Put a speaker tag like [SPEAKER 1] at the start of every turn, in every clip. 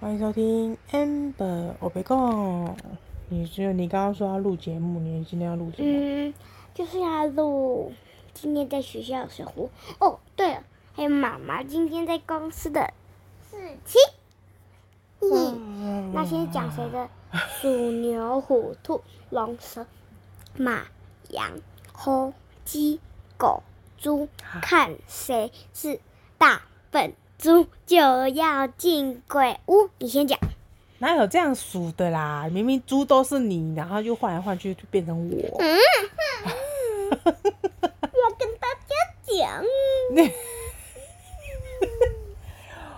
[SPEAKER 1] 欢迎收听 Amber 我被供。你就你刚刚说要录节目，你今天要录什么？
[SPEAKER 2] 嗯，就是要录今天在学校的生活。哦，对了，还有妈妈今天在公司的事情。咦，那先讲谁的？鼠、牛、虎、兔、龙、蛇、马、羊、猴、鸡、狗、猪，看谁是大笨猪，就要进鬼屋。你先讲。
[SPEAKER 1] 哪有这样数的啦？明明猪都是你，然后又换来换去就变成我。
[SPEAKER 2] 我跟大家讲，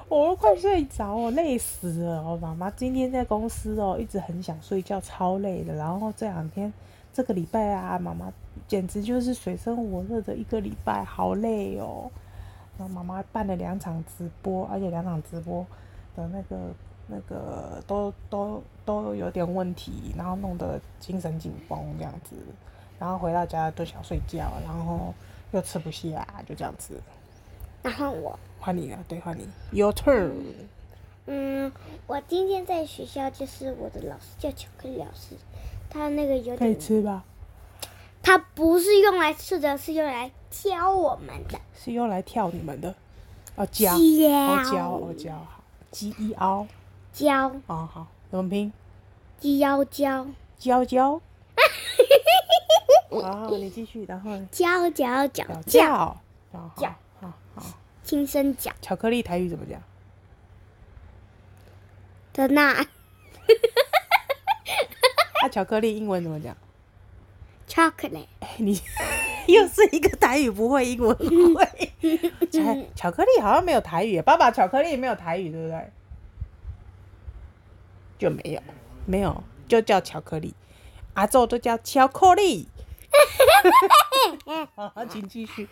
[SPEAKER 1] 我都快睡着，我累死了。我妈妈今天在公司哦，一直很想睡觉，超累的。然后这两天，这个礼拜啊，妈妈简直就是水深火热的一个礼拜，好累哦。然后妈妈办了两场直播，而且两场直播的那个那个都都都有点问题，然后弄得精神紧绷这样子。然后回到家都想睡觉，然后又吃不下，就这样子。
[SPEAKER 2] 然后我。
[SPEAKER 1] 换你了，对，换你，Your turn。
[SPEAKER 2] 嗯，我今天在学校就是我的老师叫巧克力老师，他那个有
[SPEAKER 1] 可以
[SPEAKER 2] 点，
[SPEAKER 1] 吃吧？
[SPEAKER 2] 他不是用来吃的，是用来教我们的。
[SPEAKER 1] 是用来跳你们的，哦，教，
[SPEAKER 2] 教
[SPEAKER 1] 哦教，哦教，好，G E O，
[SPEAKER 2] 教
[SPEAKER 1] 哦好，怎么拼？
[SPEAKER 2] 教教
[SPEAKER 1] 教 教。好，你继续，然后呢
[SPEAKER 2] 教教
[SPEAKER 1] 教
[SPEAKER 2] 教
[SPEAKER 1] 教
[SPEAKER 2] 教，，
[SPEAKER 1] 哦好
[SPEAKER 2] 教
[SPEAKER 1] 好好。
[SPEAKER 2] 轻声讲
[SPEAKER 1] 巧克力台语怎么讲？
[SPEAKER 2] 的那
[SPEAKER 1] 啊，巧克力英文怎么讲？
[SPEAKER 2] chocolate
[SPEAKER 1] 哎 你又是一个台语不会，英文 会。巧巧克力好像没有台语耶，爸爸巧克力没有台语，对不对？就没有，没有，就叫巧克力。阿宙就叫巧克 力。好，请继续。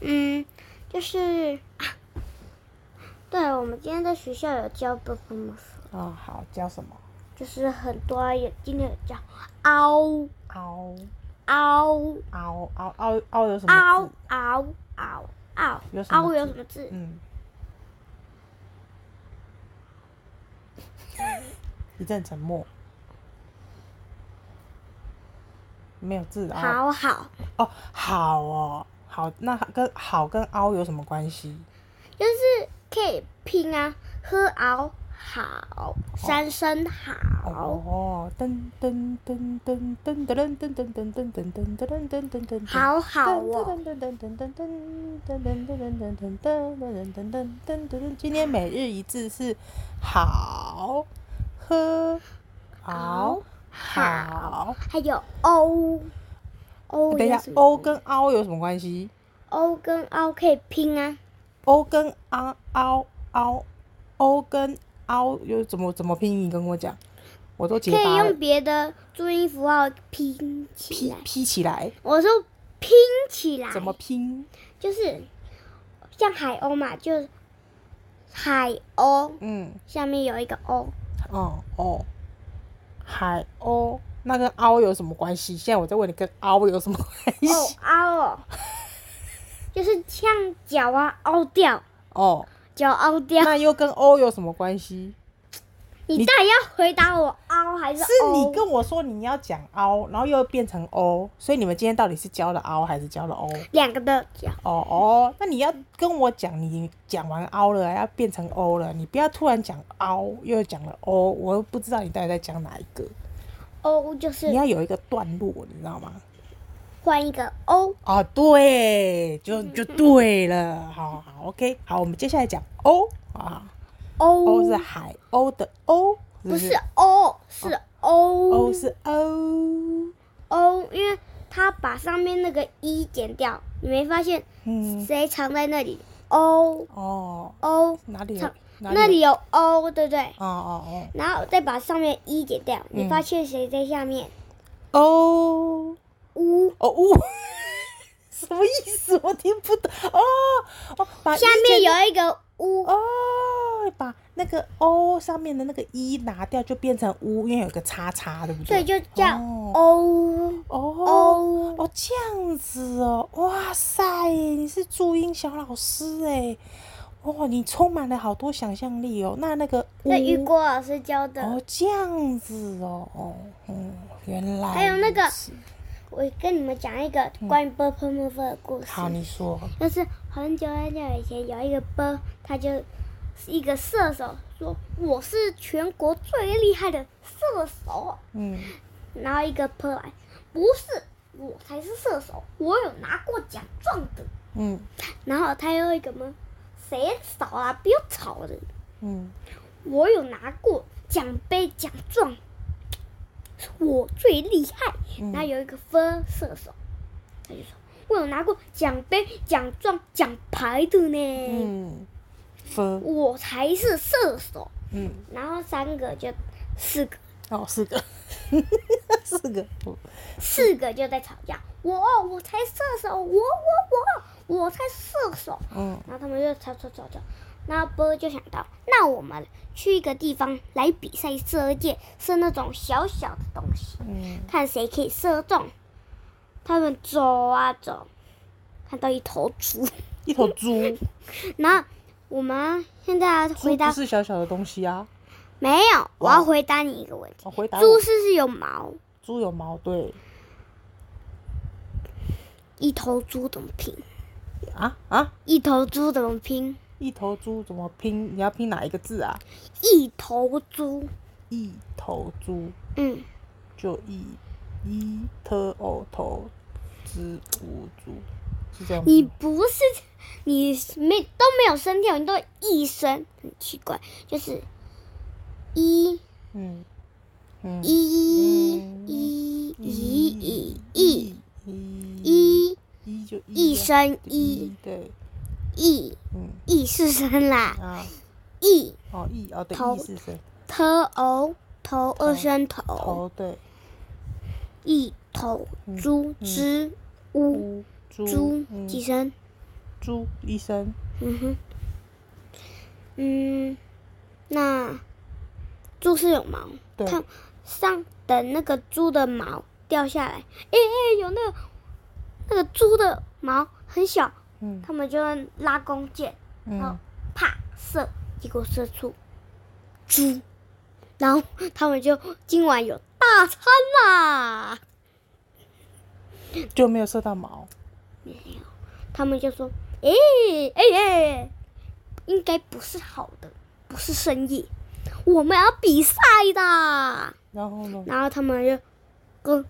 [SPEAKER 2] 嗯，就是啊，对，我们今天在学校有教 b u f f
[SPEAKER 1] 哦，好，叫什么？
[SPEAKER 2] 就是很多啊有今天有教嗷
[SPEAKER 1] 凹
[SPEAKER 2] 嗷
[SPEAKER 1] 凹凹凹凹有什么
[SPEAKER 2] 嗷
[SPEAKER 1] 字？
[SPEAKER 2] 嗷嗷嗷
[SPEAKER 1] 有什么
[SPEAKER 2] 嗷有
[SPEAKER 1] 字
[SPEAKER 2] 什么字？
[SPEAKER 1] 嗯。一阵沉默，没有字啊。
[SPEAKER 2] 好好，
[SPEAKER 1] 哦，好哦，好，那跟好跟凹有什么关系？
[SPEAKER 2] 就是可以拼啊，喝熬好，三声好，
[SPEAKER 1] 哦，噔噔噔噔噔噔噔噔噔噔噔噔噔噔噔噔噔，
[SPEAKER 2] 好好哦。
[SPEAKER 1] 噔噔噔噔噔噔噔噔噔噔噔噔噔噔噔噔。今天每日一字是好喝熬好。
[SPEAKER 2] 还有哦哎欧，欧
[SPEAKER 1] 等一
[SPEAKER 2] 哦有
[SPEAKER 1] 下
[SPEAKER 2] 什，么
[SPEAKER 1] 欧跟凹有什么关系？
[SPEAKER 2] 欧跟凹可以拼啊，
[SPEAKER 1] 欧跟凹凹凹，欧跟凹有怎么怎么拼音？你跟我讲，我都结
[SPEAKER 2] 可以
[SPEAKER 1] 巴了
[SPEAKER 2] 用。别的注音符号拼起
[SPEAKER 1] 拼
[SPEAKER 2] 来。
[SPEAKER 1] 拼起来
[SPEAKER 2] 我说拼起来，
[SPEAKER 1] 怎么拼？
[SPEAKER 2] 就是像海鸥嘛，就是海鸥
[SPEAKER 1] 嗯，
[SPEAKER 2] 下面有一个鸥，
[SPEAKER 1] 哦哦，海鸥那跟凹有什么关系？现在我在问你，跟凹有什么关
[SPEAKER 2] 哦
[SPEAKER 1] 系？
[SPEAKER 2] 凹哦， 就是像脚啊凹掉，
[SPEAKER 1] 哦，
[SPEAKER 2] 脚凹掉。
[SPEAKER 1] 那又跟 O 有什么关系？
[SPEAKER 2] 你到底要回答我凹还是哦
[SPEAKER 1] 是
[SPEAKER 2] 欧
[SPEAKER 1] 你跟我说你要讲 O，然后又变成 O，所以你们今天到底是教了 O 还是教了 O？
[SPEAKER 2] 两个都讲
[SPEAKER 1] 哦哦，那你要跟我讲，你讲完 O 了，要变成 O 了，你不要突然讲 O 又讲了 O，我又不知道你到底在讲哪一个。
[SPEAKER 2] 欧就是
[SPEAKER 1] 你要有一个段落，你知道吗？
[SPEAKER 2] 换一个欧，
[SPEAKER 1] 哦，对，就
[SPEAKER 2] 嗯
[SPEAKER 1] 就对了，好好，OK，好，我们接下来讲 O 啊，O
[SPEAKER 2] 哦
[SPEAKER 1] 是啊海鸥的 O，
[SPEAKER 2] 不是欧是欧
[SPEAKER 1] ，O 哦是 O，
[SPEAKER 2] 欧，哦因为他把上面那个一剪掉，你没发现
[SPEAKER 1] 嗯，
[SPEAKER 2] 谁藏在那里？欧
[SPEAKER 1] 哦，
[SPEAKER 2] 欧
[SPEAKER 1] 哪里有
[SPEAKER 2] 藏
[SPEAKER 1] 哪
[SPEAKER 2] 那
[SPEAKER 1] 里
[SPEAKER 2] 里有 O，对不对？
[SPEAKER 1] 哦哦
[SPEAKER 2] 然后再把上面一剪掉，
[SPEAKER 1] 嗯
[SPEAKER 2] 你发现谁在下面？
[SPEAKER 1] 哦哦
[SPEAKER 2] 乌
[SPEAKER 1] 哦呜， 什么意思？我听不懂哦哦，把
[SPEAKER 2] 下
[SPEAKER 1] 一
[SPEAKER 2] 面
[SPEAKER 1] 剪
[SPEAKER 2] 有一个乌，
[SPEAKER 1] 哦，把那个 O 上面的那个一拿掉，就变成乌，因为有个叉叉，对不
[SPEAKER 2] 所以
[SPEAKER 1] 对？
[SPEAKER 2] 就叫
[SPEAKER 1] 哦
[SPEAKER 2] O
[SPEAKER 1] 哦
[SPEAKER 2] O。
[SPEAKER 1] 哦，这样子哦，哇塞，你是注音小老师哎，哦，你充满了好多想象力哦。那那个
[SPEAKER 2] 那雨
[SPEAKER 1] 乌
[SPEAKER 2] 果老师教的
[SPEAKER 1] 哦，，这样子哦，哦，嗯，原来
[SPEAKER 2] 还有那个
[SPEAKER 1] 如此
[SPEAKER 2] 我跟你们讲一个关于波波莫夫的故事。
[SPEAKER 1] 嗯好，你说
[SPEAKER 2] 就是很久很久以前有一个波，他就是一个射手，说我是全国最厉害的射手。
[SPEAKER 1] 嗯，
[SPEAKER 2] 然后一个波来，不是我才是射手，我有拿过奖状的。
[SPEAKER 1] 嗯
[SPEAKER 2] 然后他又一个么，谁少啊？不要吵了，
[SPEAKER 1] 嗯，
[SPEAKER 2] 我有拿过奖杯奖状，我最厉害。
[SPEAKER 1] 嗯
[SPEAKER 2] 然后有一个分射手，他就说我有拿过奖杯奖状奖牌的呢。
[SPEAKER 1] 嗯，分，
[SPEAKER 2] 我才是射手。
[SPEAKER 1] 嗯，
[SPEAKER 2] 然后三个就四个，
[SPEAKER 1] 哦，四个，四个，嗯
[SPEAKER 2] 四个就在吵架。我我才射手，我我我我才射手。
[SPEAKER 1] 嗯
[SPEAKER 2] 然后他们就吵吵吵吵，然后波就想到，那我们去一个地方来比赛射箭，射那种小小的东西，
[SPEAKER 1] 嗯
[SPEAKER 2] 看谁可以射中。他们走啊走，看到一头猪，
[SPEAKER 1] 一头猪，
[SPEAKER 2] 然后我们现在要
[SPEAKER 1] 猪
[SPEAKER 2] 回
[SPEAKER 1] 不
[SPEAKER 2] 答
[SPEAKER 1] 是小小的东西啊，
[SPEAKER 2] 没有，我要回答你一个问题。
[SPEAKER 1] 我回答哦我
[SPEAKER 2] 猪是不是有毛？
[SPEAKER 1] 猪有毛，对，
[SPEAKER 2] 一头猪怎么拼？
[SPEAKER 1] 啊啊，
[SPEAKER 2] 一头猪怎么拼？
[SPEAKER 1] 一头猪怎么拼？你要拼哪一个字啊？
[SPEAKER 2] 一头猪，
[SPEAKER 1] 一头猪
[SPEAKER 2] 嗯，
[SPEAKER 1] 就一一特偶头之无猪，是这样
[SPEAKER 2] 你
[SPEAKER 1] 吗？
[SPEAKER 2] 不是你没都没有声调，你都一声，很奇怪，就是一
[SPEAKER 1] 嗯嗯
[SPEAKER 2] 一
[SPEAKER 1] 嗯
[SPEAKER 2] 一一一一
[SPEAKER 1] 一
[SPEAKER 2] 一
[SPEAKER 1] 一就一
[SPEAKER 2] 一
[SPEAKER 1] 啊
[SPEAKER 2] 声
[SPEAKER 1] 就
[SPEAKER 2] 一
[SPEAKER 1] 对，
[SPEAKER 2] 一
[SPEAKER 1] 嗯
[SPEAKER 2] 一四声啦，
[SPEAKER 1] 啊
[SPEAKER 2] 一
[SPEAKER 1] 哦一哦对
[SPEAKER 2] 头
[SPEAKER 1] 一是谁？
[SPEAKER 2] 头哦头二声头，
[SPEAKER 1] 头哦对
[SPEAKER 2] 一头猪之乌
[SPEAKER 1] 乌
[SPEAKER 2] 猪
[SPEAKER 1] 猪嗯
[SPEAKER 2] 几声？
[SPEAKER 1] 猪一声
[SPEAKER 2] 嗯哼，嗯，那猪是有毛，
[SPEAKER 1] 对
[SPEAKER 2] 看上等那个猪的毛掉下来，哎、哎、有那个那个猪的毛很小，
[SPEAKER 1] 嗯
[SPEAKER 2] 他们就会拉弓箭，然后
[SPEAKER 1] 嗯
[SPEAKER 2] 啪射，结果射出猪，然后他们就今晚有大餐啦。
[SPEAKER 1] 就没有射到毛
[SPEAKER 2] 没有，他们就说：“哎哎哎，应该不是好的，不是深夜，我们要比赛的。
[SPEAKER 1] 然后”呢？
[SPEAKER 2] 然后他们就跟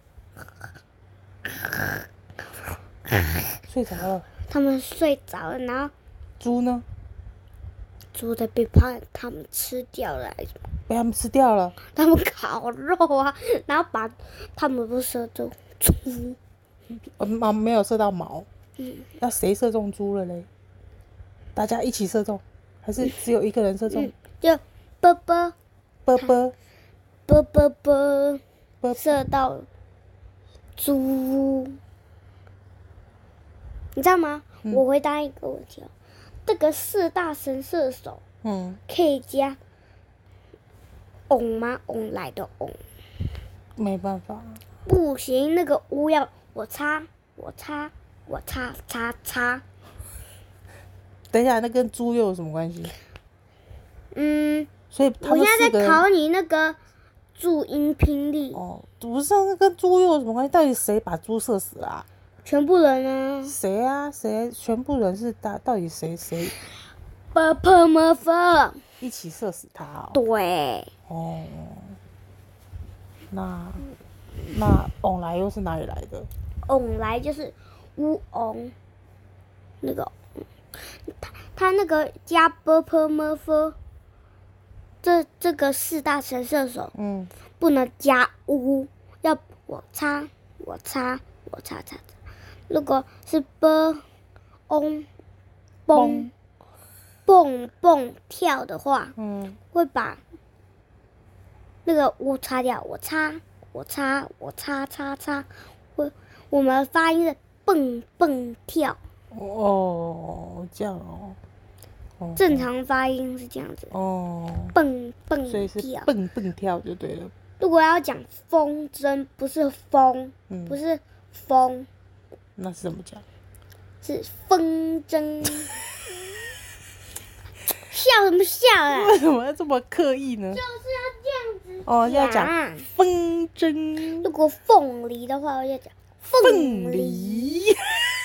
[SPEAKER 1] 睡着了。
[SPEAKER 2] 他们睡着了，然后
[SPEAKER 1] 猪呢？
[SPEAKER 2] 猪的被怕他们吃掉了，还是什么
[SPEAKER 1] 被他们吃掉了。
[SPEAKER 2] 他们烤肉啊，然后把他们不是都猪
[SPEAKER 1] 呃，毛没有射到毛。那谁射中猪了嘞？大家一起射中，还是只有一个人射中？
[SPEAKER 2] 就啵啵
[SPEAKER 1] 啵啵
[SPEAKER 2] 啵啵啵
[SPEAKER 1] 啵，
[SPEAKER 2] 射到猪，你知道吗？我回答一个问题哦，这个四大神射手
[SPEAKER 1] 嗯，
[SPEAKER 2] 可以加哦“翁”吗？“翁”来的“哦翁
[SPEAKER 1] 没办法，”
[SPEAKER 2] 不行，那个“乌”要我擦，我擦，我擦擦擦。
[SPEAKER 1] 等一下，那跟猪又有什么关系？
[SPEAKER 2] 嗯，
[SPEAKER 1] 所以他
[SPEAKER 2] 我
[SPEAKER 1] 们
[SPEAKER 2] 现
[SPEAKER 1] 四
[SPEAKER 2] 在
[SPEAKER 1] 个
[SPEAKER 2] 在
[SPEAKER 1] 人
[SPEAKER 2] 考你那个注音拼力，
[SPEAKER 1] 哦，不是啊那跟猪又有什么关系？到底谁把猪射死啦、
[SPEAKER 2] 全部人啊
[SPEAKER 1] 谁啊？谁？全部人是大，到底谁谁
[SPEAKER 2] p u r p l e m u f f
[SPEAKER 1] 一起射死他哦？
[SPEAKER 2] 对，
[SPEAKER 1] 哦，那那翁来又是哪里来的？
[SPEAKER 2] 翁来就是乌翁，那个翁他他那个加 b p m f，这这个四大神射手
[SPEAKER 1] 嗯，
[SPEAKER 2] 不能加乌，要我擦我擦我擦擦擦，如果是 b 翁
[SPEAKER 1] 崩
[SPEAKER 2] 崩 b 蹦蹦跳的话，
[SPEAKER 1] 嗯，
[SPEAKER 2] 会把那个“我”擦掉，我擦，我擦，我擦擦擦，我我们发音是蹦蹦跳，
[SPEAKER 1] 哦，这样哦，哦
[SPEAKER 2] 正常发音是这样子，
[SPEAKER 1] 哦，
[SPEAKER 2] 蹦蹦
[SPEAKER 1] 所以是
[SPEAKER 2] 跳。
[SPEAKER 1] 蹦蹦跳就对了，
[SPEAKER 2] 如果要讲风筝，不是风，
[SPEAKER 1] 嗯
[SPEAKER 2] 不是风，
[SPEAKER 1] 那是怎么讲？
[SPEAKER 2] 是风筝。笑什么笑啊？
[SPEAKER 1] 为什么要这么刻意呢？
[SPEAKER 2] 就是要这样子
[SPEAKER 1] 哦，要讲风筝
[SPEAKER 2] 如果凤梨的话，我就讲
[SPEAKER 1] 凤
[SPEAKER 2] 凤梨。
[SPEAKER 1] 梨，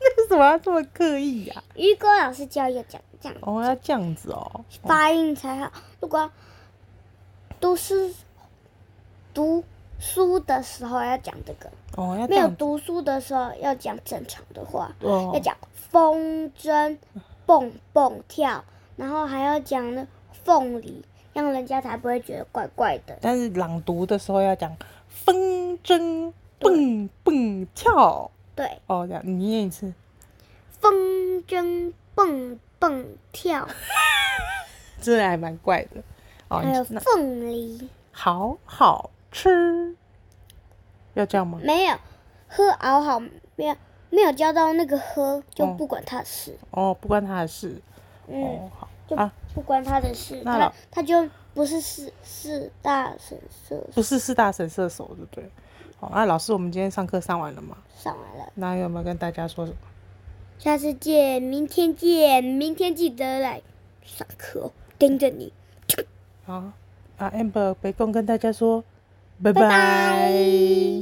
[SPEAKER 1] 为什么要这么刻意呀、
[SPEAKER 2] 于哥老师教要讲这样，
[SPEAKER 1] 哦，要这样子哦，
[SPEAKER 2] 发音才好。如果读书读书的时候要讲这个，
[SPEAKER 1] 哦，要这
[SPEAKER 2] 没有
[SPEAKER 1] 样子
[SPEAKER 2] 读书的时候要讲正常的话，
[SPEAKER 1] 哦
[SPEAKER 2] 要，讲风筝、蹦蹦跳，然后还要讲那凤梨，让人家才不会觉得怪怪的。
[SPEAKER 1] 但是朗读的时候要讲风筝蹦蹦跳。
[SPEAKER 2] 对，
[SPEAKER 1] 哦，这样你念一次，
[SPEAKER 2] 风筝蹦蹦跳，
[SPEAKER 1] 真的还蛮怪的。哦，
[SPEAKER 2] 还有
[SPEAKER 1] 你那
[SPEAKER 2] 凤梨。
[SPEAKER 1] 好好吃，要这样吗？
[SPEAKER 2] 没有，喝熬好没有没有教到那个喝，就
[SPEAKER 1] 哦
[SPEAKER 2] 不管他的事，
[SPEAKER 1] 哦，不关他的事。
[SPEAKER 2] 嗯，
[SPEAKER 1] 哦，好
[SPEAKER 2] 就
[SPEAKER 1] 啊，
[SPEAKER 2] 不关他的事，
[SPEAKER 1] 那
[SPEAKER 2] 他
[SPEAKER 1] 老
[SPEAKER 2] 他就不是四四大神社
[SPEAKER 1] 不是四大神射手，对不对？好、那老师，我们今天上课上完了吗？
[SPEAKER 2] 上来了。
[SPEAKER 1] 那有没有跟大家说什么？
[SPEAKER 2] 下次见，明天见，明天记得来上课哦，盯着你。
[SPEAKER 1] 好，啊，amber 北贡跟大家说，拜
[SPEAKER 2] 拜拜